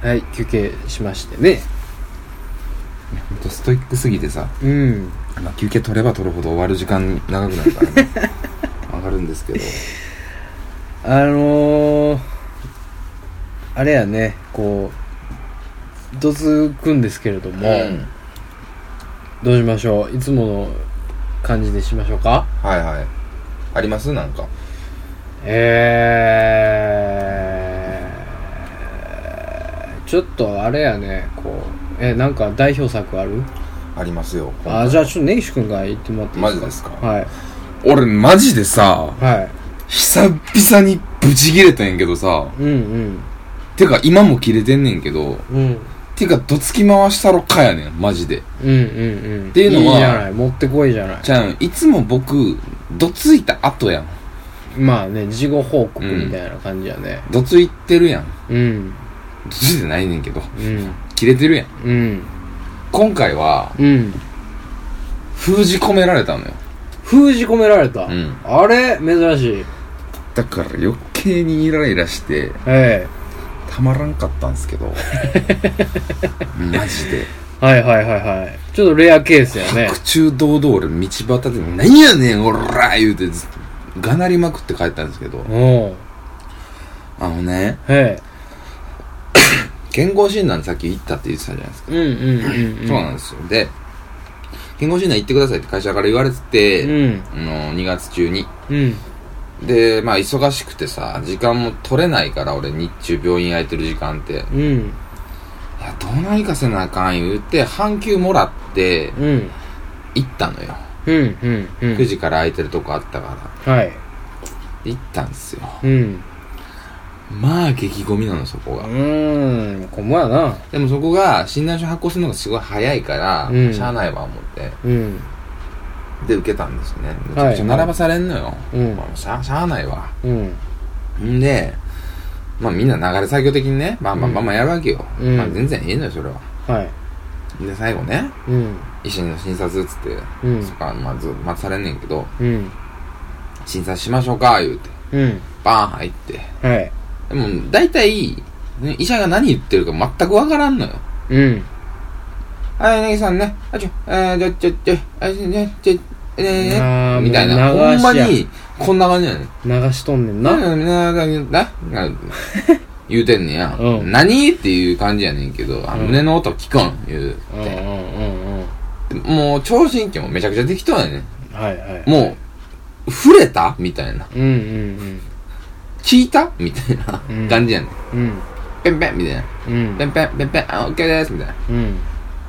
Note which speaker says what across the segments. Speaker 1: はい休憩しましてね
Speaker 2: ほんとストイックすぎてさ、
Speaker 1: うん
Speaker 2: まあ、休憩取れば取るほど終わる時間長くなるから ね上がるんですけど
Speaker 1: あのー、あれやねこうどつくんですけれども、
Speaker 2: うん
Speaker 1: どうしましょういつもの感じでしましょうか
Speaker 2: はいはいありますなんか
Speaker 1: えー、ちょっとあれやねこうえなんか代表作ある
Speaker 2: ありますよ
Speaker 1: あじゃあちょっと根岸君が言ってもらっていい
Speaker 2: マジですか
Speaker 1: はい
Speaker 2: 俺マジでさ
Speaker 1: はい
Speaker 2: 久々にブチ切れたんやけどさ
Speaker 1: うん
Speaker 2: てか今も切れてんねんけど
Speaker 1: うんうん
Speaker 2: てかどつき回したろかやねんマジで
Speaker 1: うんうんうん
Speaker 2: っていうのはい
Speaker 1: いじゃない持ってこいじゃない
Speaker 2: じゃあいつも僕どついた後やん
Speaker 1: まあね事後報告みたいな感じやね
Speaker 2: どついてるやん
Speaker 1: うん
Speaker 2: どついてないねんけど
Speaker 1: うん
Speaker 2: 切れてるやん
Speaker 1: うん
Speaker 2: 今回は
Speaker 1: うん
Speaker 2: 封じ込められたのよ
Speaker 1: 封じ込められた、
Speaker 2: うん
Speaker 1: あれ珍しい
Speaker 2: だから余計にイライラして
Speaker 1: え
Speaker 2: たまらんかったんす けどマジで
Speaker 1: えはいはいはいはいちょっとレアケースやね
Speaker 2: 白昼堂々俺道端で「何やねんおら!」言うてずがなりまくって帰ったんですけど
Speaker 1: おう
Speaker 2: あのね
Speaker 1: へ
Speaker 2: 健康診断さっき行ったって言ってたじゃないですか
Speaker 1: えうんうんうんうん
Speaker 2: そうなんですよ。で、健康診断行ってくださいって会社から言われてて、
Speaker 1: うん
Speaker 2: あの2月中に。
Speaker 1: うん
Speaker 2: で、まあ忙しくてさ、時間も取れないから、俺日中病院空いてる時間って。い
Speaker 1: うん
Speaker 2: や、どうないかせなあかん言うて、半休もらって、
Speaker 1: うん
Speaker 2: 行ったのよ。
Speaker 1: うんうんうん
Speaker 2: 9時から空いてるとこあったから。
Speaker 1: はい
Speaker 2: 行ったんですよ。
Speaker 1: うん
Speaker 2: まあ激ゴミなの、そこ
Speaker 1: う
Speaker 2: が。
Speaker 1: ーんこもやな
Speaker 2: でもそこが、診断書発行するのがすごい早いから、
Speaker 1: うん
Speaker 2: しゃあないわ、思って。
Speaker 1: うん
Speaker 2: で、受けたんですね。めち
Speaker 1: はい
Speaker 2: ゃくちゃ並ばされんのよ。
Speaker 1: うん
Speaker 2: まあしゃあしゃあないわ。
Speaker 1: うん
Speaker 2: んで、まあみんな流れ作業的にね、まあまあまあまあやるわけよ。
Speaker 1: うん
Speaker 2: まあ全然ええのよ、それは。
Speaker 1: はい
Speaker 2: で、最後ね、
Speaker 1: うん
Speaker 2: 医師の診察っつって、
Speaker 1: うん
Speaker 2: そっからまず、まずされんねんけど、
Speaker 1: うん
Speaker 2: 診察しましょうか、言うて、
Speaker 1: うん
Speaker 2: バーン入って。
Speaker 1: はい
Speaker 2: でも、大体、ね医者が何言ってるか全くわからんのよ。
Speaker 1: うん
Speaker 2: あ、柳さんね、あちょ、えー、ちょ、ちょ、ちょ、あちょ、ちょ、ちょ、え
Speaker 1: あー
Speaker 2: ー、みたいな。
Speaker 1: もう
Speaker 2: ほ
Speaker 1: 流
Speaker 2: ん
Speaker 1: し
Speaker 2: ま
Speaker 1: や
Speaker 2: に、こんな感じやねん。
Speaker 1: 流しとんねん
Speaker 2: な、
Speaker 1: な
Speaker 2: な、な、な、な、 言うてんねや。
Speaker 1: うん
Speaker 2: 何っていう感じやねんけど、あ
Speaker 1: うん
Speaker 2: 胸の音聞こん、言う
Speaker 1: うんうん
Speaker 2: て。
Speaker 1: うんうん
Speaker 2: もう、聴診器もめちゃくちゃ適当やね
Speaker 1: はいはい
Speaker 2: ん。もう、触れたみたいな。
Speaker 1: うんうん
Speaker 2: 聞いたみたいな
Speaker 1: うん
Speaker 2: 感じやねん。
Speaker 1: うんうん
Speaker 2: ペンペンみたいな。
Speaker 1: うん
Speaker 2: ペンペン、ペンペン、あ、OK です、みたいな。
Speaker 1: うん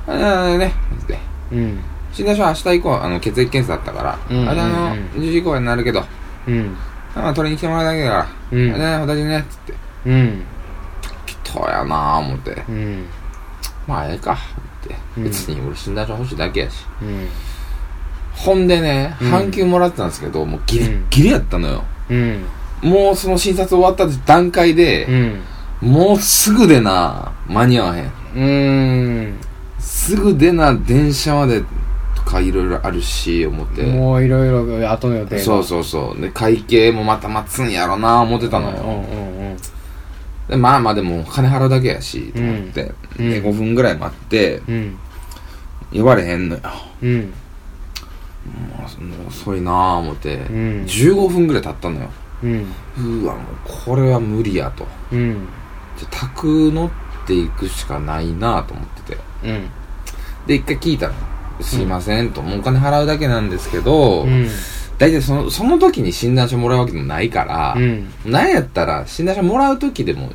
Speaker 2: ああ、ね、つって。
Speaker 1: うん
Speaker 2: 診断書は明日以降、あの、血液検査だったから、
Speaker 1: うんうんうん
Speaker 2: あれあの、10時以降になるけど、
Speaker 1: うん
Speaker 2: まあ、取りに来てもらうだけだから、
Speaker 1: うん
Speaker 2: ね、私ね、つって。
Speaker 1: うん
Speaker 2: 適当やなぁ、思って。
Speaker 1: うん
Speaker 2: まあええかって
Speaker 1: うん
Speaker 2: 別に俺診断書欲しいだけやし、
Speaker 1: うん
Speaker 2: ほんでね
Speaker 1: うん
Speaker 2: 半休もらってたんですけどもうギリ
Speaker 1: うん
Speaker 2: ッギリやったのよ、
Speaker 1: うん
Speaker 2: もうその診察終わった段階で、
Speaker 1: うん
Speaker 2: もうすぐでな間に合わへん
Speaker 1: うーん
Speaker 2: すぐでな電車までとかいろいろあるし思って
Speaker 1: もういろいろ後の予定が
Speaker 2: そうそうそうで会計もまた待つんやろな思ってたのよ、
Speaker 1: うんうん
Speaker 2: でまあまあでも金払うだけやしと思って、
Speaker 1: うん
Speaker 2: で5分ぐらい待って
Speaker 1: うん
Speaker 2: 呼ばれへんのよ
Speaker 1: うん
Speaker 2: もうもう遅いな思って、
Speaker 1: ん
Speaker 2: 15分ぐらい経ったのよ
Speaker 1: うん
Speaker 2: うわもうこれは無理やと
Speaker 1: うん
Speaker 2: じゃあ宅乗っていくしかないなと思ってて
Speaker 1: うん
Speaker 2: で一回聞いたの「すいません」と「もうお金払うだけなんですけど、
Speaker 1: うん
Speaker 2: 大体そのその時に診断書もらうわけでもないから、
Speaker 1: うん
Speaker 2: なんやったら診断書もらう時でも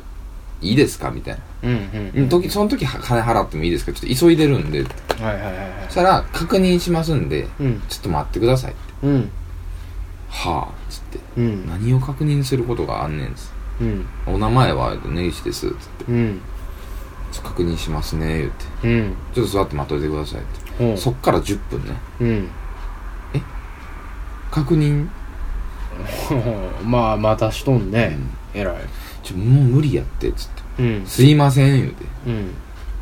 Speaker 2: いいですかみたいな、
Speaker 1: うん
Speaker 2: うん時その時は金払ってもいいですけどちょっと急いでるんで
Speaker 1: はいはいはいは
Speaker 2: そしたら「確認しますんで
Speaker 1: いうん
Speaker 2: ちょっと待ってください」って
Speaker 1: うん
Speaker 2: 「はあ」っつって
Speaker 1: う
Speaker 2: 「
Speaker 1: ん
Speaker 2: 何を確認することがあんねん」っつって
Speaker 1: うん
Speaker 2: お名前は根岸です」っつって
Speaker 1: うん
Speaker 2: 「ちょっと確認しますね」言っ
Speaker 1: う
Speaker 2: て
Speaker 1: ん
Speaker 2: ちょっと座って待っといてくださいって。
Speaker 1: うん
Speaker 2: そっから10分ね。
Speaker 1: うん
Speaker 2: 確認。
Speaker 1: まあまたしとんねえらい
Speaker 2: ちょ、もう無理やって、つって。
Speaker 1: うん
Speaker 2: すいません、言うて。
Speaker 1: うん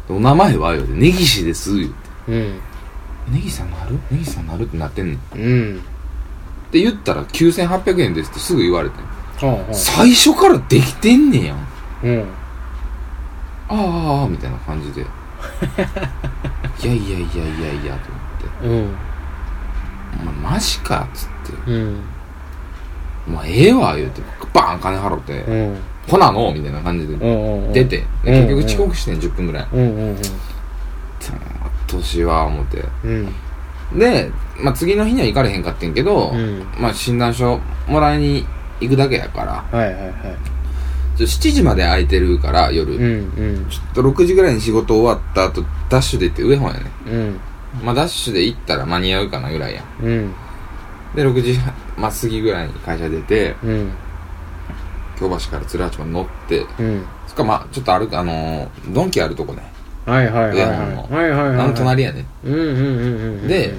Speaker 2: お名前は言うて。根岸です、言うて。
Speaker 1: うん
Speaker 2: 根岸さんなる根岸さんなるってなってんねん。っ
Speaker 1: うん
Speaker 2: て言ったら9800円ですってすぐ言われてん
Speaker 1: ほうほう
Speaker 2: 最初からできてんねやん。
Speaker 1: うん
Speaker 2: あああああみたいな感じでいやいやいやいやいやと思って
Speaker 1: うん
Speaker 2: 「お前マジか」っつって
Speaker 1: うん
Speaker 2: 「もうええわ」言うてバーン金払って
Speaker 1: うん
Speaker 2: 「ほなの」みたいな感じで
Speaker 1: うん
Speaker 2: 出て
Speaker 1: うん
Speaker 2: で結局遅刻してん10分ぐらい
Speaker 1: うんうん
Speaker 2: 年は思って
Speaker 1: うん
Speaker 2: で、まあ、次の日には行かれへんかってんけど、
Speaker 1: うん
Speaker 2: まあ、診断書もらいに行くだけやから
Speaker 1: はいはいは
Speaker 2: ちょ7時まで空いてるから夜、
Speaker 1: いうん
Speaker 2: ちょっと6時ぐらいに仕事終わった後ダッシュで行って上本やね
Speaker 1: うんうん
Speaker 2: まあダッシュで行ったら間に合うかなぐらいや
Speaker 1: うん
Speaker 2: で6時半、まあ、過ぎぐらいに会社出て
Speaker 1: うん
Speaker 2: 京橋から鶴橋まで乗って
Speaker 1: うん
Speaker 2: そっかまあちょっと歩くあのードンキあるとこね
Speaker 1: はいはいはいはい
Speaker 2: 上野の
Speaker 1: はいはい
Speaker 2: あ
Speaker 1: はい
Speaker 2: の隣やね
Speaker 1: うんうんうんうんうん
Speaker 2: で、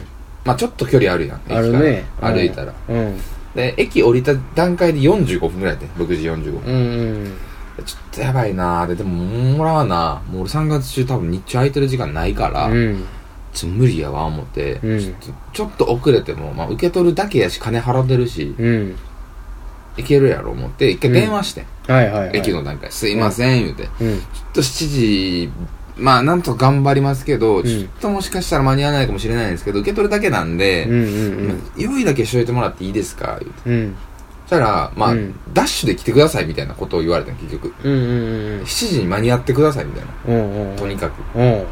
Speaker 2: まあ、ちょっと距離あるやん駅から
Speaker 1: あるね
Speaker 2: 歩いたら
Speaker 1: うん
Speaker 2: で駅降りた段階で45分ぐらいで6時45分
Speaker 1: うんうん
Speaker 2: ちょっとやばいなーででももらわなもう俺3月中多分日中空いてる時間ないから、
Speaker 1: うん
Speaker 2: ちょっと無理やわ思って、
Speaker 1: うん
Speaker 2: ちょっとちょっと遅れても、まあ、受け取るだけやし金払ってるし、
Speaker 1: うん
Speaker 2: いけるやろ思って一回電話して、
Speaker 1: はいはいはい
Speaker 2: 駅の段階「すいません」言うて、ちょ
Speaker 1: うん
Speaker 2: っと7時まあなんとか頑張りますけど、
Speaker 1: ん
Speaker 2: ちょっともしかしたら間に合わないかもしれないんですけど受け取るだけなんで、
Speaker 1: うんうん
Speaker 2: まあ用意だけしといてもらっていいですか言うて
Speaker 1: うんうん
Speaker 2: そしたら、まあ、
Speaker 1: うん
Speaker 2: ダッシュで来てくださいみたいなことを言われたの結局
Speaker 1: うんうん
Speaker 2: 7時に間に合ってくださいみたいな
Speaker 1: うんうんうん
Speaker 2: とにかく
Speaker 1: うん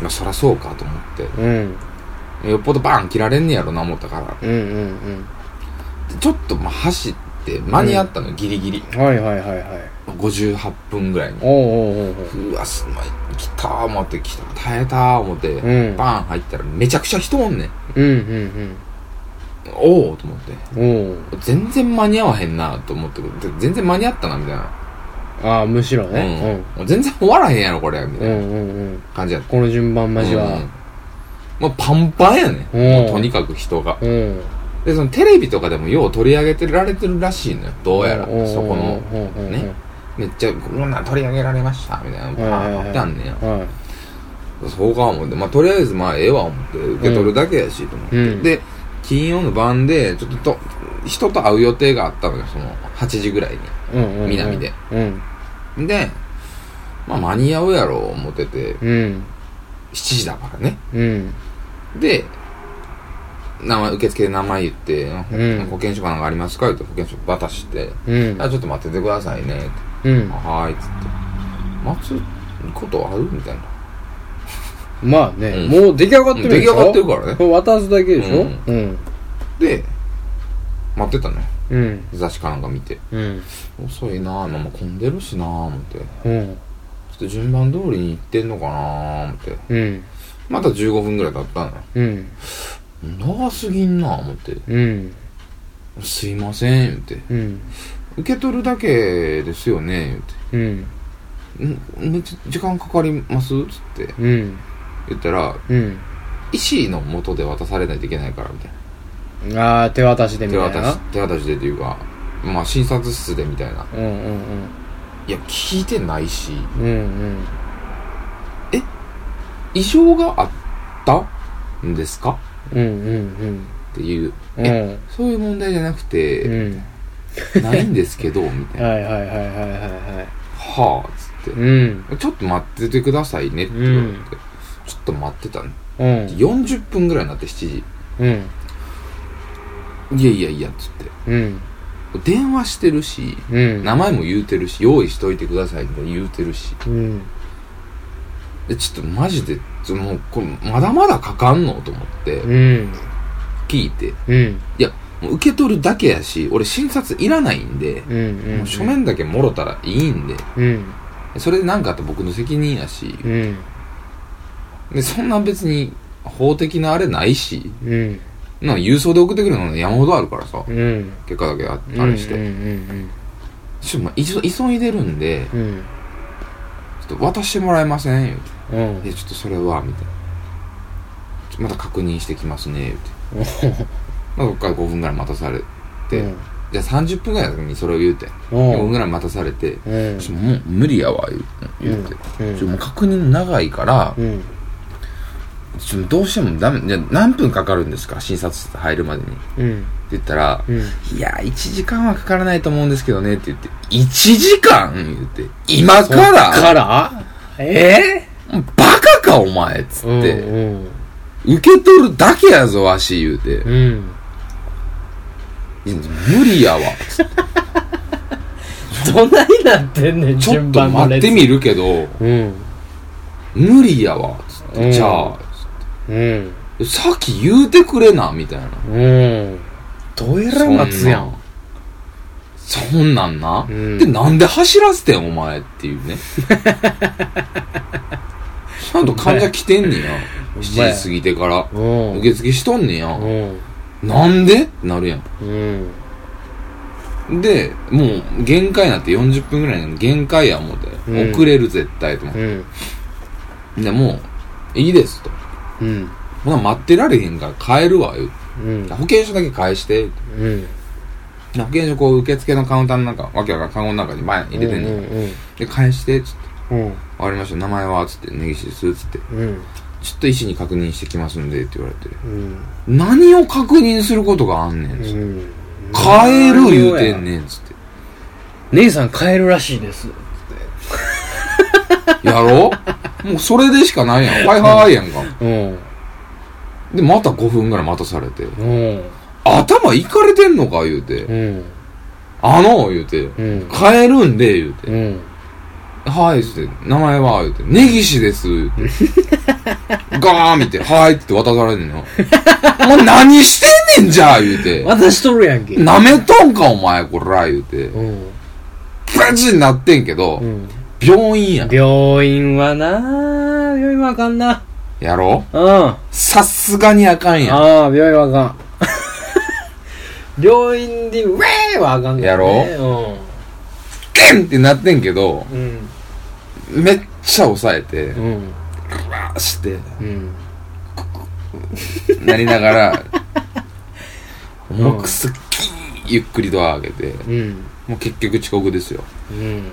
Speaker 2: まあ、そらそうかと思っ
Speaker 1: うん
Speaker 2: て。よっぽどバーン切られんねやろな思ったから。
Speaker 1: うんうん
Speaker 2: でちょっとまあ走って間に合ったの、ギリギリ。
Speaker 1: うんはいはいはいはい
Speaker 2: 58分ぐらいに。
Speaker 1: おうおうおうおう
Speaker 2: うわ、すまい。来たー思って、来た。耐えたー思って、
Speaker 1: うん
Speaker 2: バーン入ったらめちゃくちゃ人おんねん。
Speaker 1: うん
Speaker 2: おおと思って。
Speaker 1: うんうんおう
Speaker 2: 全然間に合わへんなと思って。で全然間に合ったな、みたいな。
Speaker 1: ああむしろ
Speaker 2: うん
Speaker 1: ね。
Speaker 2: もう全然終わらへんやろ、これ。み
Speaker 1: う
Speaker 2: た
Speaker 1: ん
Speaker 2: いうなん
Speaker 1: うんうん
Speaker 2: 感じやった。
Speaker 1: この順番マジは
Speaker 2: うんもうパンパンやねん。
Speaker 1: うん
Speaker 2: もうとにかく人が。
Speaker 1: うん
Speaker 2: で、そのテレビとかでもよう取り上げてられてるらしいのよ。どうやら、
Speaker 1: んんん
Speaker 2: そこの
Speaker 1: うんうんうん
Speaker 2: ねめっちゃこんなん取り上げられましたみたいなの
Speaker 1: はいはい
Speaker 2: あ
Speaker 1: はい
Speaker 2: ってあんねや
Speaker 1: は
Speaker 2: そうか思ってまあとりあえずまあええわ思って受け取るだけやしと思って、
Speaker 1: うん
Speaker 2: で金曜の晩でちょっとと人と会う予定があったのよその8時ぐらい
Speaker 1: いうんうんうん
Speaker 2: 南で
Speaker 1: うん
Speaker 2: にでまあ間に合うやろう思ってて
Speaker 1: うん
Speaker 2: 7時だからね
Speaker 1: うん
Speaker 2: で名前受付で名前言って、
Speaker 1: うん
Speaker 2: 保険証かなんかありますか言って保険証渡して、
Speaker 1: うん
Speaker 2: あちょっと待っててくださいねって
Speaker 1: うん
Speaker 2: はーいっつって待つことあるみたいな
Speaker 1: まあね、
Speaker 2: うん
Speaker 1: もう出来上がってるでしょ
Speaker 2: 出来上がってるからね
Speaker 1: これ渡すだけでしょ
Speaker 2: うん
Speaker 1: うん
Speaker 2: で待ってたね
Speaker 1: うん
Speaker 2: 雑誌かなんか見て
Speaker 1: うん
Speaker 2: 遅いなぁ、まあ、混んでるしなぁ思ってちょ
Speaker 1: うん
Speaker 2: っと順番通りに行ってんのかなぁ思って
Speaker 1: うん
Speaker 2: また15分ぐらい経ったのよ
Speaker 1: うん
Speaker 2: 長すぎんなぁ思って
Speaker 1: うん
Speaker 2: 「すいません」言って
Speaker 1: うん
Speaker 2: 「受け取るだけですよね」
Speaker 1: うん
Speaker 2: 言ってん「めっちゃ時間かかります?」っつって
Speaker 1: うん
Speaker 2: 言ったら
Speaker 1: うん
Speaker 2: 石井の元で渡されないといけないからみたいな
Speaker 1: ああ手渡しでみ
Speaker 2: 手
Speaker 1: たい
Speaker 2: 渡
Speaker 1: な
Speaker 2: し手渡しでっていうかまあ診察室でみたいな
Speaker 1: うんうん
Speaker 2: いや聞いてないし
Speaker 1: うんうん
Speaker 2: 異常があったんですか
Speaker 1: うんうんうん
Speaker 2: っていう、
Speaker 1: うん
Speaker 2: えそういう問題じゃなく
Speaker 1: う
Speaker 2: て、
Speaker 1: ん
Speaker 2: ないんですけど、みたいな。
Speaker 1: はいはいはいはいはいは
Speaker 2: はあ、つっ
Speaker 1: いうん
Speaker 2: て。ちょっと待っててくださいねって言われて、ちょっと待ってたね。
Speaker 1: うん
Speaker 2: 40分ぐらいになって7
Speaker 1: うん
Speaker 2: 時。いやいやいや、つって。
Speaker 1: うん
Speaker 2: 電話してるし、
Speaker 1: うん
Speaker 2: 名前も言うてるし、用意しといてくださいみたいな言うてるし。
Speaker 1: うん
Speaker 2: で、ちょっとマジで、ちょもう、これ、まだまだかかんのと思って、
Speaker 1: うん
Speaker 2: 聞いて。い
Speaker 1: うん
Speaker 2: や、もう受け取るだけやし、俺診察いらないんで、
Speaker 1: うんうん
Speaker 2: もう書面だけもろたらいいんで、
Speaker 1: うん
Speaker 2: それで何かあって僕の責任やし、
Speaker 1: うん
Speaker 2: で、そんな別に法的なあれないし、
Speaker 1: うん
Speaker 2: なんか郵送で送ってくるの山ほどあるからさ、
Speaker 1: うん
Speaker 2: 結果だけああれして。
Speaker 1: うん
Speaker 2: ちょっとまあ急急いでるんで、
Speaker 1: うんうん
Speaker 2: ちょっと渡してもらえません言うて。
Speaker 1: うんうん
Speaker 2: え、ちょっとそれは、みたいな。ちょまた確認してきますね、言うて。 まあ、そっから5分ぐらい待たされて、
Speaker 1: うん
Speaker 2: じゃあ30分ぐらいの時にそれを言うて、
Speaker 1: うん
Speaker 2: 5分ぐらい待たされて、
Speaker 1: うん
Speaker 2: ちょもう無理やわ、言う言うて。
Speaker 1: うん
Speaker 2: ちょもう確認長いから、
Speaker 1: うん
Speaker 2: ちょどうしてもダメ、じゃあ何分かかるんですか、診察室入るまでに。
Speaker 1: うん
Speaker 2: 言ったら、
Speaker 1: うん
Speaker 2: いや、1時間はかからないと思うんですけどねって言って、1時間言って、今から
Speaker 1: からえ
Speaker 2: バカかお前っつ
Speaker 1: え
Speaker 2: って、
Speaker 1: うん
Speaker 2: 受け取るだけやぞわし言うて、
Speaker 1: うん、うん、
Speaker 2: いや無理やわ。つって
Speaker 1: どないなってんねん
Speaker 2: ちょっ
Speaker 1: 順
Speaker 2: と
Speaker 1: 番の
Speaker 2: 待っ
Speaker 1: 列
Speaker 2: てみるけど、
Speaker 1: うん
Speaker 2: 無理やわ。つって、
Speaker 1: うん
Speaker 2: じゃあ、
Speaker 1: うん
Speaker 2: さっき言うてくれな、みたいな。
Speaker 1: うんどえらい待つやん
Speaker 2: そんなんな、
Speaker 1: うん
Speaker 2: でなんで走らせてんお前ってい うねちゃんと患者来てんねや
Speaker 1: ほんまや
Speaker 2: 7時過ぎてから
Speaker 1: うん
Speaker 2: 受付しとんねや、
Speaker 1: うん
Speaker 2: なんでってなるやん
Speaker 1: うん
Speaker 2: でもう限界になって40分ぐらいの限界や思って、
Speaker 1: うん
Speaker 2: 遅れる絶対と思っ
Speaker 1: うん
Speaker 2: てでもういいですと
Speaker 1: うん
Speaker 2: ほな待ってられへんから帰るわ言うて
Speaker 1: うん
Speaker 2: 保険証だけ返して
Speaker 1: うん
Speaker 2: 保険証こう受付のカウンターの中わけわからんカウンターの中に前に入れてんねん、
Speaker 1: うん
Speaker 2: で返してっつっ
Speaker 1: う
Speaker 2: て
Speaker 1: ん
Speaker 2: わかりました、名前はつって、根岸です、つって。
Speaker 1: うん
Speaker 2: ちょっと医師に確認してきますんで、って言われて。
Speaker 1: うん
Speaker 2: 何を確認することがあんねん、つって。
Speaker 1: うん
Speaker 2: 変える言うてんねん、つって。
Speaker 1: 姉さん帰るらしいです
Speaker 2: やろもうそれでしかないやん。はいはいやんか。
Speaker 1: うん
Speaker 2: で、また5分ぐらい待たされて。
Speaker 1: うん
Speaker 2: 頭いかれてんのか言うて
Speaker 1: う。ん
Speaker 2: あの言うて。
Speaker 1: うん
Speaker 2: 変えるんで、言うて。
Speaker 1: うん
Speaker 2: はい、つって。名前は言うて。根岸です、言うて。ガーン見て、はいって渡されんのよ。もう何してんねんじゃあ、言うて。
Speaker 1: 渡しとるやんけ
Speaker 2: 舐めとんかお前こら言うて
Speaker 1: うん
Speaker 2: バチになってんけど、
Speaker 1: うん
Speaker 2: 病院やん
Speaker 1: 病院はな病院はあかんな
Speaker 2: やろ
Speaker 1: うんあ
Speaker 2: さすがにあかんやん
Speaker 1: あ病院はあかん病院でウェーはあかんからね
Speaker 2: やゲンってなってんけど
Speaker 1: うんうん
Speaker 2: めっちゃ抑えて
Speaker 1: うん
Speaker 2: バーして
Speaker 1: うん
Speaker 2: なりながら
Speaker 1: ん
Speaker 2: もうくすっきーゆっくりドア開けて
Speaker 1: うん
Speaker 2: もう結局遅刻ですよ
Speaker 1: うん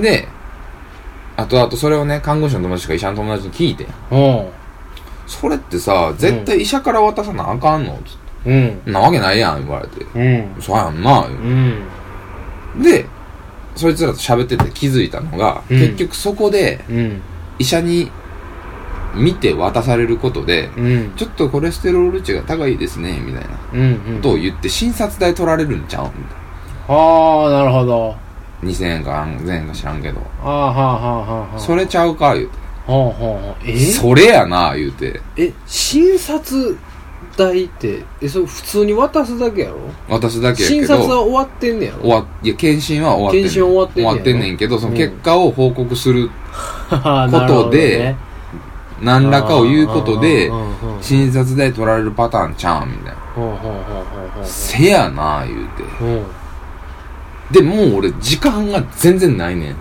Speaker 2: であとあとそれをね看護師の友達とか医者の友達に聞いて
Speaker 1: うん
Speaker 2: それってさ絶対医者から渡さなあかんのつっ
Speaker 1: うん
Speaker 2: てなわけないやん言われて
Speaker 1: うん
Speaker 2: そうやんな言う
Speaker 1: うん
Speaker 2: で、そいつらと喋ってて気づいたのが、
Speaker 1: うん
Speaker 2: 結局そこで
Speaker 1: うん
Speaker 2: 医者に見て渡されることで、
Speaker 1: うん
Speaker 2: ちょっとコレステロール値が高いですね、みたいなこ
Speaker 1: うん
Speaker 2: とを言って診察代取られるんちゃうみたい
Speaker 1: ああなるほど
Speaker 2: な2000円か何千円か知らんけど。
Speaker 1: ああはあはあはあはあ
Speaker 2: それちゃうか言うて。
Speaker 1: ほうほうほうえ
Speaker 2: それやな言うて。
Speaker 1: え診察代ってえそれ普通に渡すだけやろ
Speaker 2: 私だけや
Speaker 1: 診
Speaker 2: け
Speaker 1: 察は
Speaker 2: ど、
Speaker 1: 終わってんねやろ
Speaker 2: 終わいや、検診は終わってんねん。
Speaker 1: 検診は終わってんねん
Speaker 2: 終わってんねんけど、その結果を報告する、
Speaker 1: こと
Speaker 2: で何らかを言うことで
Speaker 1: うん、うんうんうん
Speaker 2: 診察代取られるパターンちゃうみたいな。
Speaker 1: ほうほうほうほうほう
Speaker 2: せやな言うて。
Speaker 1: うん
Speaker 2: で、もう俺、時間が全然ないね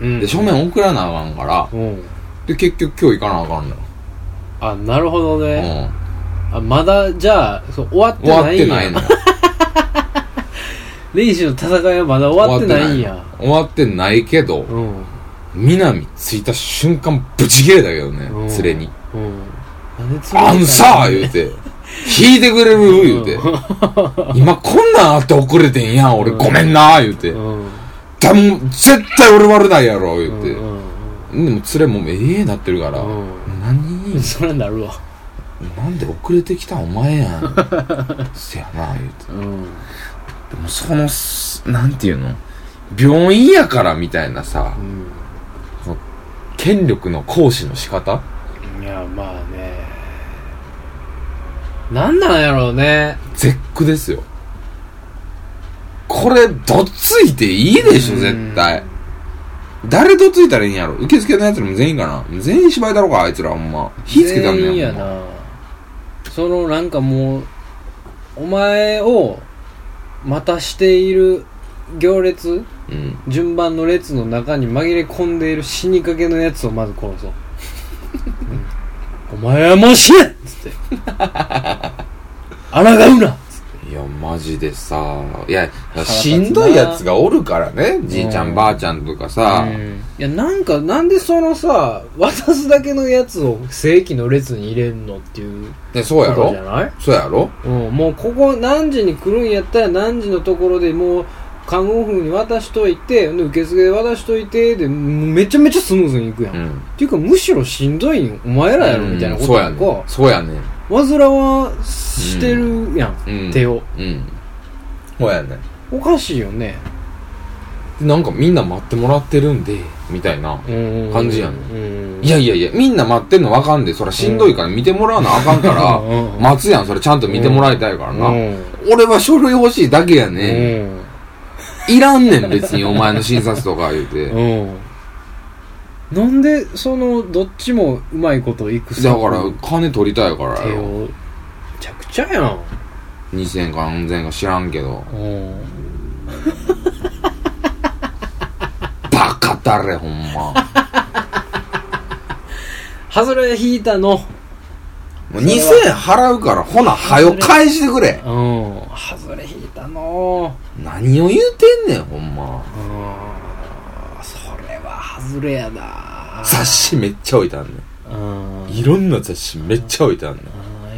Speaker 1: うん
Speaker 2: ん。で、書面送らなあかんから、
Speaker 1: うん
Speaker 2: で、結局今日行かなあかんのよ。
Speaker 1: あなるほど
Speaker 2: う
Speaker 1: ね
Speaker 2: ん。
Speaker 1: あまだじゃあそう終わって
Speaker 2: 終わっ
Speaker 1: ない
Speaker 2: て
Speaker 1: ん
Speaker 2: ないの
Speaker 1: や
Speaker 2: よ。
Speaker 1: 練習の戦いはまだ終わってないんや
Speaker 2: 終わってないけど、
Speaker 1: うん
Speaker 2: 南着いた瞬間、ブチ切れたけどね
Speaker 1: うん、
Speaker 2: 連れに。
Speaker 1: うんなんで
Speaker 2: あんさー言うて、引いてくれる言うて、 今こんなんあって遅れてんやん、俺
Speaker 1: うん
Speaker 2: ごめんなー言うて
Speaker 1: う、ん
Speaker 2: だも絶対俺悪ないやろ言うて、
Speaker 1: う
Speaker 2: でも
Speaker 1: ん
Speaker 2: 連れもうええーなってるから、
Speaker 1: うんう
Speaker 2: 何
Speaker 1: んそれなるわ
Speaker 2: なんで遅れてきたんお前 やん。せやな言うて。
Speaker 1: うん
Speaker 2: でもそのすなんていうの病院やからみたいなさ
Speaker 1: うん
Speaker 2: 権力の行使の仕方
Speaker 1: いやまあねなんなんやろうね
Speaker 2: 絶句ですよこれどついていいでしょ絶対誰どついたらいいんやろ受付のやつらも全員かな全員芝居だろうかあいつらほんま火つけたんね
Speaker 1: 全員や
Speaker 2: ほんま
Speaker 1: なそのなんかもうお前を待たしている行列
Speaker 2: うん
Speaker 1: 順番の列の中に紛れ込んでいる死にかけのやつをまず殺そう、うんお前はもう死ねっつって抗うなっつって
Speaker 2: いやマジでさいやしんどいやつがおるからねじいちゃん、
Speaker 1: うん
Speaker 2: ばあちゃんとかさ、
Speaker 1: うんいやなんかなんでそのさ渡すだけのやつを正規の列に入れんのっていう
Speaker 2: でそ
Speaker 1: こ
Speaker 2: うや
Speaker 1: とじ
Speaker 2: ろ
Speaker 1: ゃない
Speaker 2: そうやろ
Speaker 1: うん、もうここ何時に来るんやったら何時のところでもう看護婦に渡しといてで受付で渡しといてでもうめちゃめちゃスムーズにいくやん、
Speaker 2: う
Speaker 1: っ
Speaker 2: ん
Speaker 1: ていうかむしろしんどいんお前らやろみたいなこと
Speaker 2: うん
Speaker 1: なんか
Speaker 2: そうやねん
Speaker 1: 煩わしてるやん、
Speaker 2: そうやねん、うん、
Speaker 1: 手を
Speaker 2: うんそうやねん
Speaker 1: おかしいよね
Speaker 2: でなんかみんな待ってもらってるんでみたいな、感じやん
Speaker 1: うん
Speaker 2: いやいやいやみんな待ってんのわかんでそらしんどいから見てもらわなあかんか
Speaker 1: う
Speaker 2: ら
Speaker 1: んうん
Speaker 2: 待つやんそれちゃんと見てもらいたいからな、
Speaker 1: うん
Speaker 2: 俺は書類欲しいだけや
Speaker 1: う
Speaker 2: ねん、
Speaker 1: ん
Speaker 2: いらんねん別にお前の診察とか言うて
Speaker 1: うんなんでそのどっちもうまいこといく
Speaker 2: だから金取りたいから
Speaker 1: 手
Speaker 2: よ
Speaker 1: をめちゃくちゃやん
Speaker 2: 2000円か何千円か知らんけど
Speaker 1: うん
Speaker 2: バカだれほ んま
Speaker 1: ハズレ引いたの。
Speaker 2: もう2000円払うからほなはよ返してくれ
Speaker 1: うん。ハズレ引いたの。
Speaker 2: 何を言うてんねんほんま
Speaker 1: うん。それはハズレやな。
Speaker 2: 雑誌めっちゃ置いてあんね
Speaker 1: うん。うん
Speaker 2: んいろんな雑誌めっちゃ置いてあんね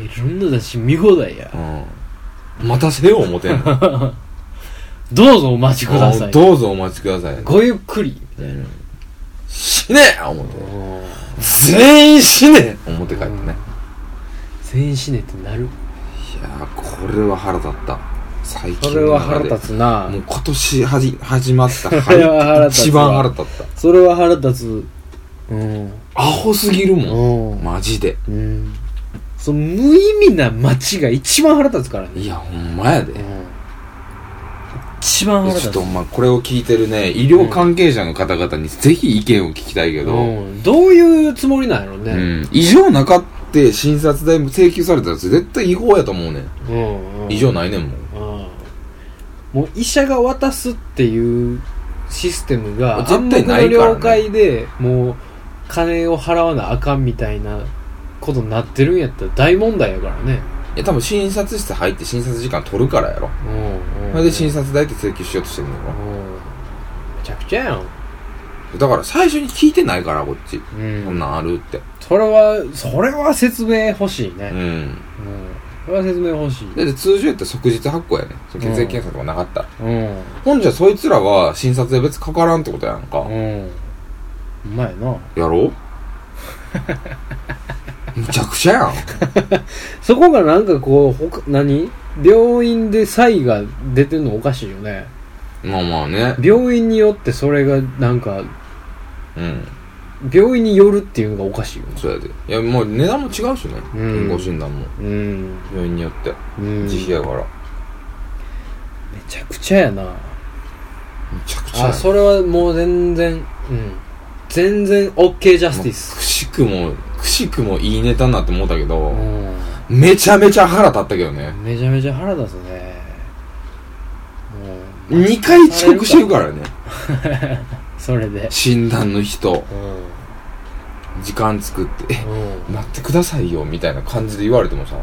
Speaker 2: ん
Speaker 1: いろんな雑誌見放題や。
Speaker 2: うん待たせよう思てんの
Speaker 1: どうぞお待ちください。
Speaker 2: どうぞお待ちください
Speaker 1: ごゆっくり。
Speaker 2: うん死ねえ思って
Speaker 1: うん
Speaker 2: 全員死ねえ思って帰ってね
Speaker 1: 全員死ねってなる。
Speaker 2: いやーこれは腹立った最近
Speaker 1: それは腹立
Speaker 2: つ
Speaker 1: つな
Speaker 2: も。う今年はじ始 まった
Speaker 1: それは腹立つわ
Speaker 2: 一番腹立った
Speaker 1: それは腹立つ。うん。
Speaker 2: アホすぎるもん
Speaker 1: うん。
Speaker 2: マジで
Speaker 1: うん。その無意味な街が一番腹立つからね。
Speaker 2: いやほんまやで
Speaker 1: うん。一番腹
Speaker 2: ち
Speaker 1: 立
Speaker 2: ょっ
Speaker 1: つ
Speaker 2: と。お前これを聞いてるね医療関係者の方々にぜひ意見を聞きたいけど、
Speaker 1: うん、どういうつもりなんやろ
Speaker 2: う
Speaker 1: ね、
Speaker 2: ん、異常なかって診察代も請求されたら絶対違法やと思うね
Speaker 1: う
Speaker 2: ん
Speaker 1: んうん
Speaker 2: 異常ないねんもん
Speaker 1: うんもう医者が渡すっていうシステムが
Speaker 2: 絶対ないから
Speaker 1: 暗黙の
Speaker 2: ね
Speaker 1: 了解でもう金を払わなあかんみたいなことになってるんやったら大問題やからね
Speaker 2: いや多分診察室入って診察時間取るからやろ
Speaker 1: うんうん
Speaker 2: それで診察代って請求しようとしてるの
Speaker 1: うん
Speaker 2: よ
Speaker 1: めちゃくちゃやん、
Speaker 2: だから最初に聞いてないからこっち
Speaker 1: う
Speaker 2: そん
Speaker 1: ん、
Speaker 2: なんあるって
Speaker 1: それはそれは説明欲しいうね、
Speaker 2: ん
Speaker 1: うんそれは説明欲しい
Speaker 2: だって通常やったら即日発行やねんその血液検査とかなかったら、
Speaker 1: うん
Speaker 2: ほんじゃそいつらは診察で別にかからんってことやんか、
Speaker 1: うんうまいな
Speaker 2: やろむちゃくちゃやん
Speaker 1: そこがなんかこう、ほか何病院で差異が出てるのおかしいよね。
Speaker 2: まあまあね
Speaker 1: 病院によってそれがなんか、
Speaker 2: うん
Speaker 1: 病院によるっていうのがおかしいよね。
Speaker 2: そうやでいやもう値段も違うしね、
Speaker 1: うん
Speaker 2: 健康診断も
Speaker 1: うん。
Speaker 2: 病院によって
Speaker 1: うん。
Speaker 2: 自費やから、
Speaker 1: めちゃくちゃやな。
Speaker 2: むちゃくちゃや
Speaker 1: あ、
Speaker 2: ん
Speaker 1: それはもう全然、うん。全然 OK ジャスティ
Speaker 2: まあ
Speaker 1: ス。
Speaker 2: くしくもくしくもいいネタになって思ったけ
Speaker 1: う
Speaker 2: ど、めちゃめちゃ腹立ったけどね
Speaker 1: ん。めちゃめちゃ腹立つね。うん。
Speaker 2: 2回遅刻してるからね
Speaker 1: それで。
Speaker 2: 診断の人
Speaker 1: うん。
Speaker 2: 時間作ってえ
Speaker 1: うん。
Speaker 2: 「待ってくださいよ」みたいな感じで言われてもさ
Speaker 1: う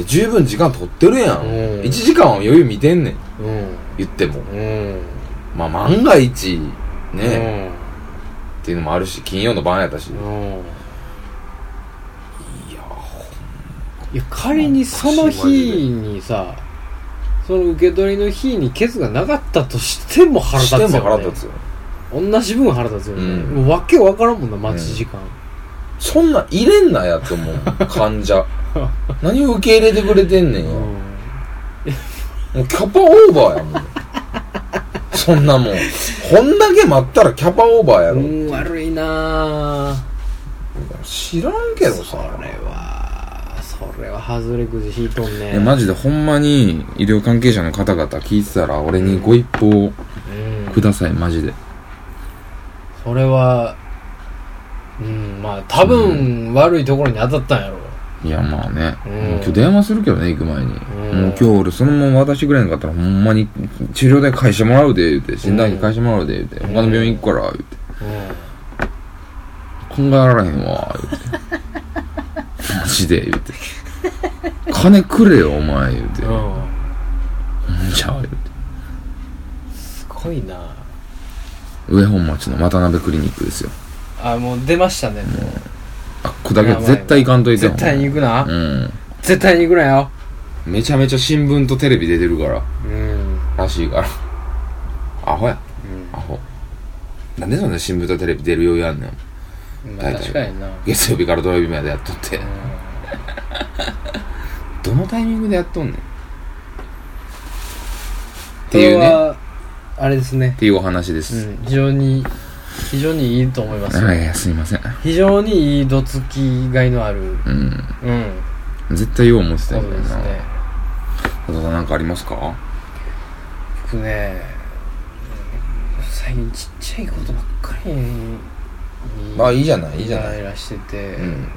Speaker 2: え十分時間取ってるやん、
Speaker 1: うん
Speaker 2: 1時間は余裕見てんねん
Speaker 1: ん。
Speaker 2: 言っても
Speaker 1: うん。
Speaker 2: まあ万が一ね、っ
Speaker 1: ね
Speaker 2: ていうのもあるし金曜の晩やったし、
Speaker 1: う
Speaker 2: い
Speaker 1: ん。うん。
Speaker 2: や
Speaker 1: いや仮にその日にさその受け取りの日にケツがなかったとしても腹立つよ、
Speaker 2: して
Speaker 1: ね、
Speaker 2: も腹立つよ
Speaker 1: 同じ分腹立つよね、
Speaker 2: うん
Speaker 1: もうわけわからんもんな待ち時間、
Speaker 2: そんなん入れんなやと思う 患者何を受け入れてくれてんねんよ、
Speaker 1: うん
Speaker 2: もうキャパオーバーやもんそんなもんこんだけ待ったらキャパオーバーやろ、
Speaker 1: うん悪いなぁ
Speaker 2: 知らんけど
Speaker 1: そ
Speaker 2: さ
Speaker 1: れはそれは外れくじ引いとんね
Speaker 2: えマジでほんまに医療関係者の方々聞いてたら俺にご一報
Speaker 1: うん
Speaker 2: くださいマジで
Speaker 1: それはうんまあ多分悪いところに当たったんやろ
Speaker 2: いやまあね、
Speaker 1: うん
Speaker 2: もう今日電話するけどね行く前に、
Speaker 1: うん
Speaker 2: もう今日俺そのまま渡してくれへんかったらほんまに治療代返してもらうで言うて診断費返してもらうで言うて、
Speaker 1: ん
Speaker 2: 他の病院行くから言うて
Speaker 1: う
Speaker 2: 考えられへんわ言うてマジで言うて金くれよ、お前、言うて。
Speaker 1: うん
Speaker 2: じゃあ、言うて。
Speaker 1: すごいな
Speaker 2: 上本町の渡辺クリニックですよ。
Speaker 1: あもう出ましたねもう
Speaker 2: あっこだけは絶対行かんといて
Speaker 1: 絶対に行くな、
Speaker 2: うん。
Speaker 1: 絶対に行くなよ
Speaker 2: めちゃめちゃ新聞とテレビ出てるから。
Speaker 1: うん
Speaker 2: らしいから。アホや。アホ。なんでそんな新聞とテレビ出るようやんねん。
Speaker 1: まあ、確かにな
Speaker 2: 月曜日から土曜日までやっとって。どのタイミングでやっとんねん。っていう
Speaker 1: こ
Speaker 2: ね。
Speaker 1: れ
Speaker 2: っ
Speaker 1: はあれですね、
Speaker 2: ていうお話です。
Speaker 1: うん、非常に非常にいいと思いますよ、
Speaker 2: はい、すいません。
Speaker 1: 非常にいいどつきがいのある
Speaker 2: うん。
Speaker 1: うん
Speaker 2: 絶対よう思ってた
Speaker 1: そ
Speaker 2: よ
Speaker 1: うです
Speaker 2: な。
Speaker 1: ね
Speaker 2: 佐藤さんなんかありますか
Speaker 1: 僕ねうん最近ちっちゃいことばっかりに
Speaker 2: まあいいじゃないいいじゃ
Speaker 1: イ
Speaker 2: ない
Speaker 1: ライラしてて、
Speaker 2: うん。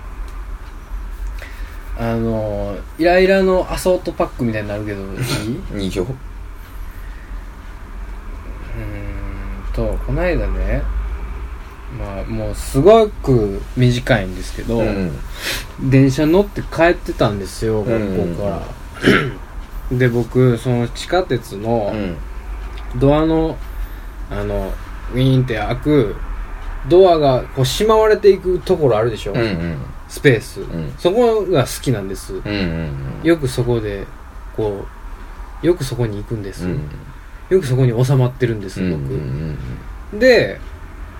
Speaker 1: あのイライラのアソートパックみたいになるけ どいいう
Speaker 2: 2票
Speaker 1: ーんとこの間ねまあもうすごく短いんですけど、
Speaker 2: うん。
Speaker 1: 電車乗って帰ってたんですよ
Speaker 2: う
Speaker 1: 学
Speaker 2: ん
Speaker 1: 校から、 で僕その地下鉄の
Speaker 2: うん。
Speaker 1: ドアの、あのウィーンって開くドアがこうしまわれていくところあるでしょ、
Speaker 2: うんうん。
Speaker 1: スペース、
Speaker 2: ん
Speaker 1: そこが好きなんです
Speaker 2: うんうん。
Speaker 1: よくそこでこうよくそこに行くんです、
Speaker 2: うん。
Speaker 1: よくそこに収まってるんです
Speaker 2: うん
Speaker 1: 僕、
Speaker 2: うん
Speaker 1: で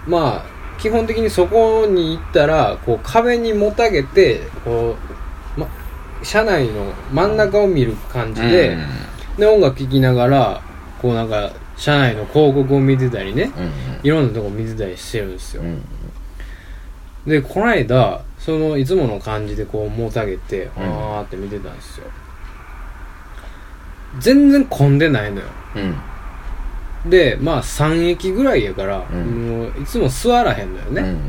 Speaker 1: まあ基本的にそこに行ったらこう壁にもたげてこう、ま、車内の真ん中を見る感じで、
Speaker 2: うん
Speaker 1: で音楽聴きながらこうなんか車内の広告を見てたりねいろんなとこ見てたりしてるんですよ、
Speaker 2: うん
Speaker 1: でこないだそのいつもの感じでこうもたげて
Speaker 2: うん
Speaker 1: あーって見てたんですよ全然混んでないのよ
Speaker 2: うん
Speaker 1: でまあ3駅ぐらいやから、
Speaker 2: うん
Speaker 1: もういつも座らへんのよね、
Speaker 2: うん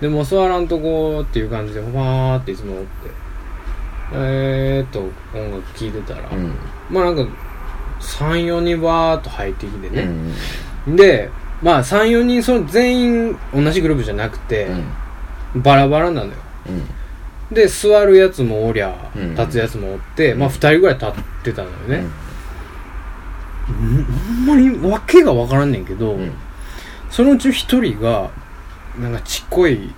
Speaker 1: でもう座らんとこっていう感じでファーっていつもおってえー、っと音楽聴いてたら、
Speaker 2: うん
Speaker 1: まあなんか34人バーっと入ってきて
Speaker 2: う
Speaker 1: ね、
Speaker 2: ん
Speaker 1: でまあ34人その全員同じグループじゃなくて、バラバラなのよ
Speaker 2: うん
Speaker 1: で座るやつもおりゃ
Speaker 2: うん
Speaker 1: 立つやつもおって、まあ2人ぐらい立ってたのよね、
Speaker 2: うん
Speaker 1: んほんまに訳が分からんねんけど、
Speaker 2: うん
Speaker 1: そのうち1人がなんかちっこい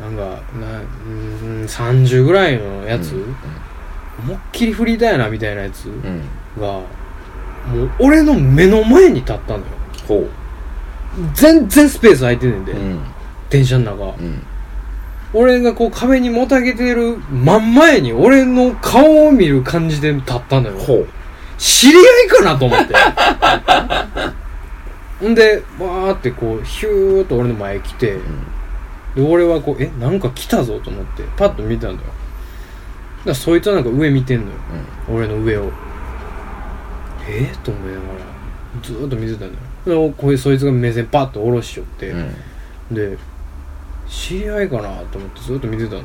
Speaker 1: なんかなうーん30ぐらいのやつ、
Speaker 2: うん
Speaker 1: 思いっきり振りだよなみたいなやつ
Speaker 2: うん
Speaker 1: がもう俺の目の前に立ったのよ
Speaker 2: ほう
Speaker 1: 全然スペース空いてねんで、
Speaker 2: うん
Speaker 1: 電車の中
Speaker 2: うん
Speaker 1: 俺がこう壁にもたげてる真ん前に俺の顔を見る感じで立ったのよ
Speaker 2: ほう
Speaker 1: 知り合いかなと思ってんでわーってこうヒューッと俺の前来て、で俺はこうえなんか来たぞと思ってパッと見たんだよだからそいつはなんか上見てんのよ俺の上をえー、と思いながらずーっと見てたんだよでこういうそいつが目線パッと下ろしちゃって、
Speaker 2: うん
Speaker 1: で知り合いかなと思ってずっと見てたんだよ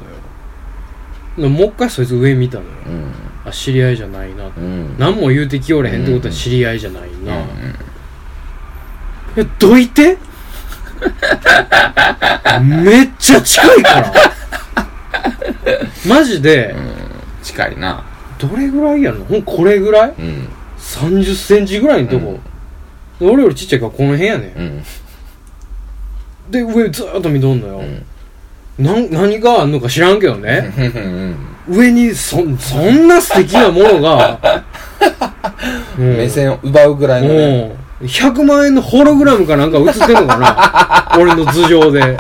Speaker 1: でもう一回そいつ上見たのよ
Speaker 2: うん
Speaker 1: あ知り合いじゃないな
Speaker 2: うんうん
Speaker 1: 何も言うてきおれへんってことは知り合いじゃないな、
Speaker 2: う
Speaker 1: えどい てめっちゃ近いからマジで、
Speaker 2: ん近いな
Speaker 1: どれぐらいやろなほんこれぐらい
Speaker 2: うん
Speaker 1: 3 0ンチぐらいのとこ、で俺よりちっちゃいからこの辺やね、
Speaker 2: うん ん
Speaker 1: で上ずーっと見とんのよ、
Speaker 2: うん
Speaker 1: なん何があんのか知らんけどね、
Speaker 2: うん
Speaker 1: 上にそそんな素敵なもの がうん
Speaker 2: 目線を奪うぐらいのね
Speaker 1: もう100万円のホログラムかなんか映ってんのかな 俺の頭上で。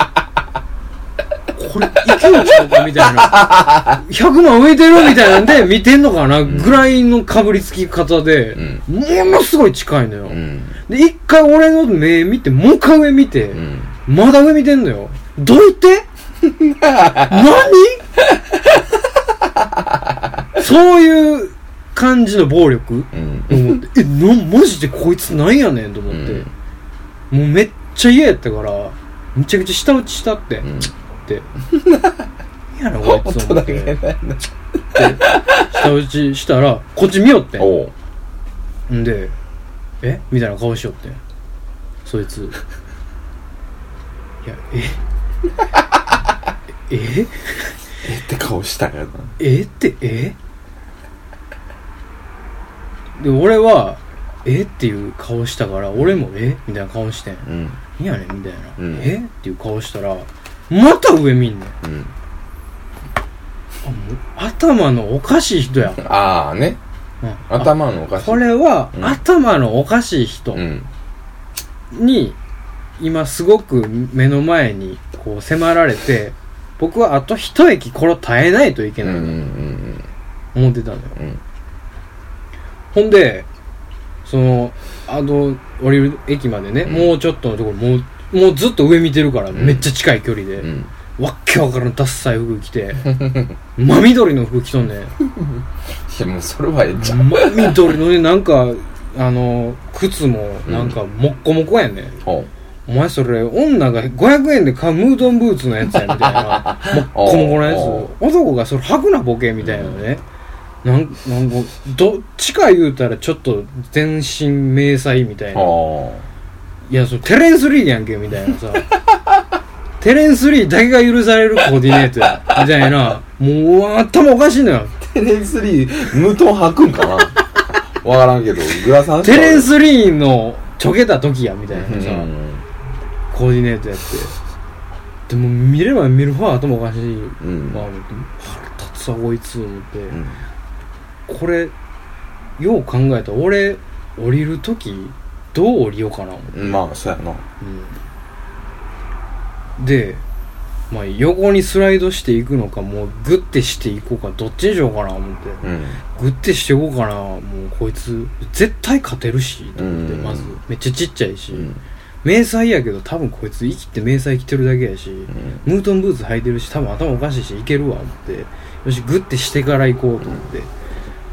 Speaker 1: これ、いけるちょっとみたいな。100万浮いてるみたいなんで見てんのかなぐらいのかぶりつき方で、
Speaker 2: うん
Speaker 1: ものすごい近いのよ
Speaker 2: う。ん
Speaker 1: で、一回俺の目見て、もう一回上見て、
Speaker 2: うん
Speaker 1: まだ上見てんのよ。どいて 何そういう感じの暴力
Speaker 2: うん
Speaker 1: 思ってえなマジでこいつなんやねんと思って、もうめっちゃ嫌やったからめちゃくちゃ舌打ちしたって、
Speaker 2: うん
Speaker 1: って何やなこいつ思
Speaker 2: 音
Speaker 1: っ
Speaker 2: だ
Speaker 1: て
Speaker 2: け
Speaker 1: で
Speaker 2: ね
Speaker 1: 舌打ちしたらこっち見よって
Speaker 2: おうん
Speaker 1: でえみたいな顔しよってそいついやええ
Speaker 2: えって顔したよな
Speaker 1: えってえで俺はえっていう顔したから俺もえみたいな顔してん
Speaker 2: うん
Speaker 1: いやねんみたいな、
Speaker 2: うん
Speaker 1: えっていう顔したらまた上見んねん
Speaker 2: うん
Speaker 1: あもう頭のおかしい人や、
Speaker 2: ああね
Speaker 1: うん
Speaker 2: 頭のおかしい
Speaker 1: これは、
Speaker 2: うん
Speaker 1: 頭のおかしい人
Speaker 2: うん
Speaker 1: に、今すごく目の前にこう迫られて僕はあと一駅これ耐えないといけ
Speaker 2: うんう
Speaker 1: なんい、
Speaker 2: うん
Speaker 1: 思ってたのよ
Speaker 2: うんうん
Speaker 1: ほんでそのあの降りる駅までね、
Speaker 2: うん
Speaker 1: もうちょっとのところもうもうずっと上見てるから
Speaker 2: ん
Speaker 1: めっちゃ近い距離で、
Speaker 2: うん
Speaker 1: わっけわからんダッサい服着て真緑の服着とんねん
Speaker 2: いやもうそれはええじゃん
Speaker 1: 真緑のねなんかあの靴もなんかもっこもこやねん
Speaker 2: ほ
Speaker 1: お前それ女が500円で買うムードンブーツのやつやみたいなもっこもこのや
Speaker 2: おう
Speaker 1: つ男がそれ履くなボケみたいなね、なんなんかどっちか言うたらちょっと全身迷彩みた
Speaker 2: う
Speaker 1: いな
Speaker 2: ほ
Speaker 1: いやそれテレンスリーやんけみたい なさテレンスリーだけが許されるコーディネートやみたいなもう頭おかしいのよ
Speaker 2: うテレンスリー無糖吐くん かなわからんけどグラサン
Speaker 1: テレンスリーのちょけた時やみたいなさ、
Speaker 2: うん
Speaker 1: コーディネートやってでも見れば見るほど頭おかしい
Speaker 2: うん
Speaker 1: まあ、思って腹立つわこいつ思って、
Speaker 2: うん
Speaker 1: これよう考えたら俺降りる時どう降りようかな思って、
Speaker 2: まあそうやな
Speaker 1: うんで、まあ、横にスライドしていくのかもうグッてしていこうかどっちにしようかな思って
Speaker 2: うん
Speaker 1: グッてしていこうかなもうこいつ絶対勝てるしと思って
Speaker 2: うん
Speaker 1: まずめっちゃちっちゃいし、
Speaker 2: うん
Speaker 1: 迷彩やけど多分こいつ生きて迷彩着てるだけやし、
Speaker 2: うん
Speaker 1: ムートンブーツ履いてるし多分頭おかしいしいけるわ思ってよしグッてしてから行こうと思っ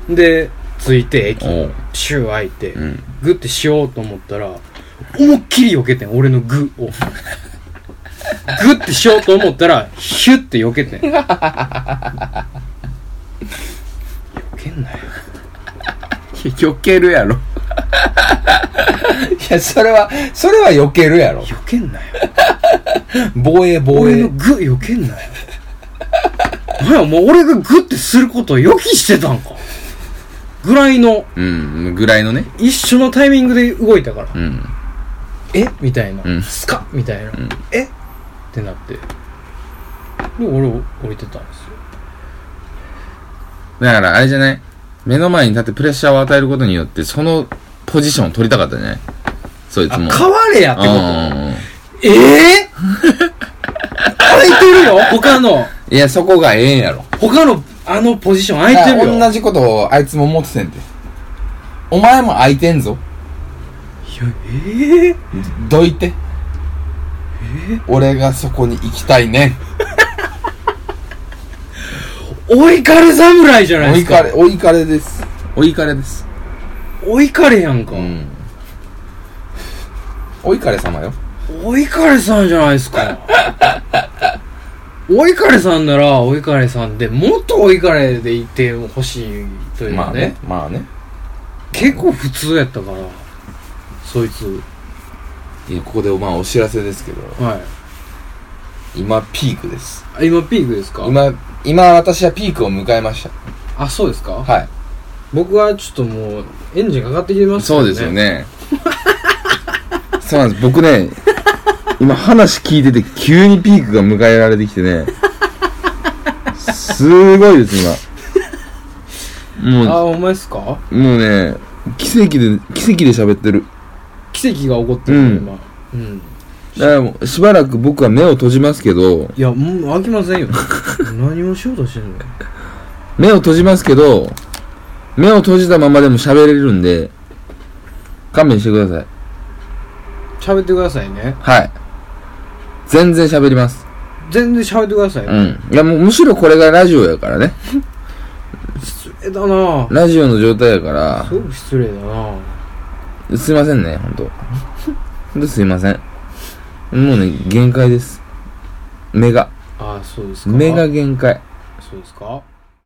Speaker 1: て、で着いて駅
Speaker 2: おう
Speaker 1: シュー開いて、
Speaker 2: うん
Speaker 1: グッてしようと思ったら思いっきり避けてん俺のグをグッてしようと思ったらヒュッて避けてん避けんなよ
Speaker 2: 避けるやろ いやそれはそれは避けるやろ
Speaker 1: 避けんなよ
Speaker 2: 防衛防
Speaker 1: 俺
Speaker 2: 衛
Speaker 1: のグ避けんなよなんやお前俺がグッてすることを予期してたんかぐらいの
Speaker 2: うんぐらいのね
Speaker 1: 一緒のタイミングで動いたから
Speaker 2: うん
Speaker 1: えみたいな、
Speaker 2: うん
Speaker 1: スカッみたいな、
Speaker 2: ん
Speaker 1: えってなってで俺を降りてたんですよ
Speaker 2: だからあれじゃない目の前に立ってプレッシャーを与えることによってそのポジションを取りたかったねそいつ
Speaker 1: あ
Speaker 2: も
Speaker 1: 変われやって
Speaker 2: う
Speaker 1: こ
Speaker 2: んうんうん
Speaker 1: とええー、空いてる よ他の
Speaker 2: いやそこがええんやろ
Speaker 1: 他のあのポジション空いてるよいや
Speaker 2: 同じことをあいつも思っててんてお前も空いてんぞ
Speaker 1: ええー、
Speaker 2: どいて俺がそこに行きたいねん
Speaker 1: 追いかれ侍じゃないですか
Speaker 2: おいかれですおいかれです
Speaker 1: 追いかれやんか、
Speaker 2: うんおいかれ様よ
Speaker 1: おいかれさんじゃないです か。おいかれさんなら、おいかれさんで、もっとおいかれでいてほしいという
Speaker 2: ま
Speaker 1: か
Speaker 2: あ
Speaker 1: ね
Speaker 2: ねまあね
Speaker 1: 結構普通やったから、そいつ。
Speaker 2: いやここでまあお知らせですけど
Speaker 1: は
Speaker 2: 今ピークです
Speaker 1: い。今ピークですか
Speaker 2: 今今私はピークを迎えました
Speaker 1: あ、そうですか
Speaker 2: はい
Speaker 1: 僕はちょっともう、エンジンかかってきてます
Speaker 2: そうですよ。ねそうなんです僕ね今話聞いてて急にピークが迎えられてきてねすごいです今
Speaker 1: あ、
Speaker 2: も
Speaker 1: お前っすか
Speaker 2: うもうね奇跡で奇跡で喋ってる
Speaker 1: 奇跡が起こってる、
Speaker 2: うん
Speaker 1: 今。うん。
Speaker 2: だからもうしばらく僕は目を閉じますけど
Speaker 1: いや、もう飽きませんよ。 何をしようとしてんの
Speaker 2: 目を閉じますけど目を閉じたままでも喋れるんで勘弁してください
Speaker 1: 喋ってくださいね。
Speaker 2: はい全然喋ります
Speaker 1: 全然喋ってください。
Speaker 2: うん。いや、もうむしろこれがラジオやからね。
Speaker 1: え、だな
Speaker 2: ラジオの状態やか
Speaker 1: すごく失礼だな
Speaker 2: ら、すいませんね、ほんと。ほんとすいません。もうね、限界です。目が。
Speaker 1: あ、そうですか
Speaker 2: 目が限界。
Speaker 1: そうですか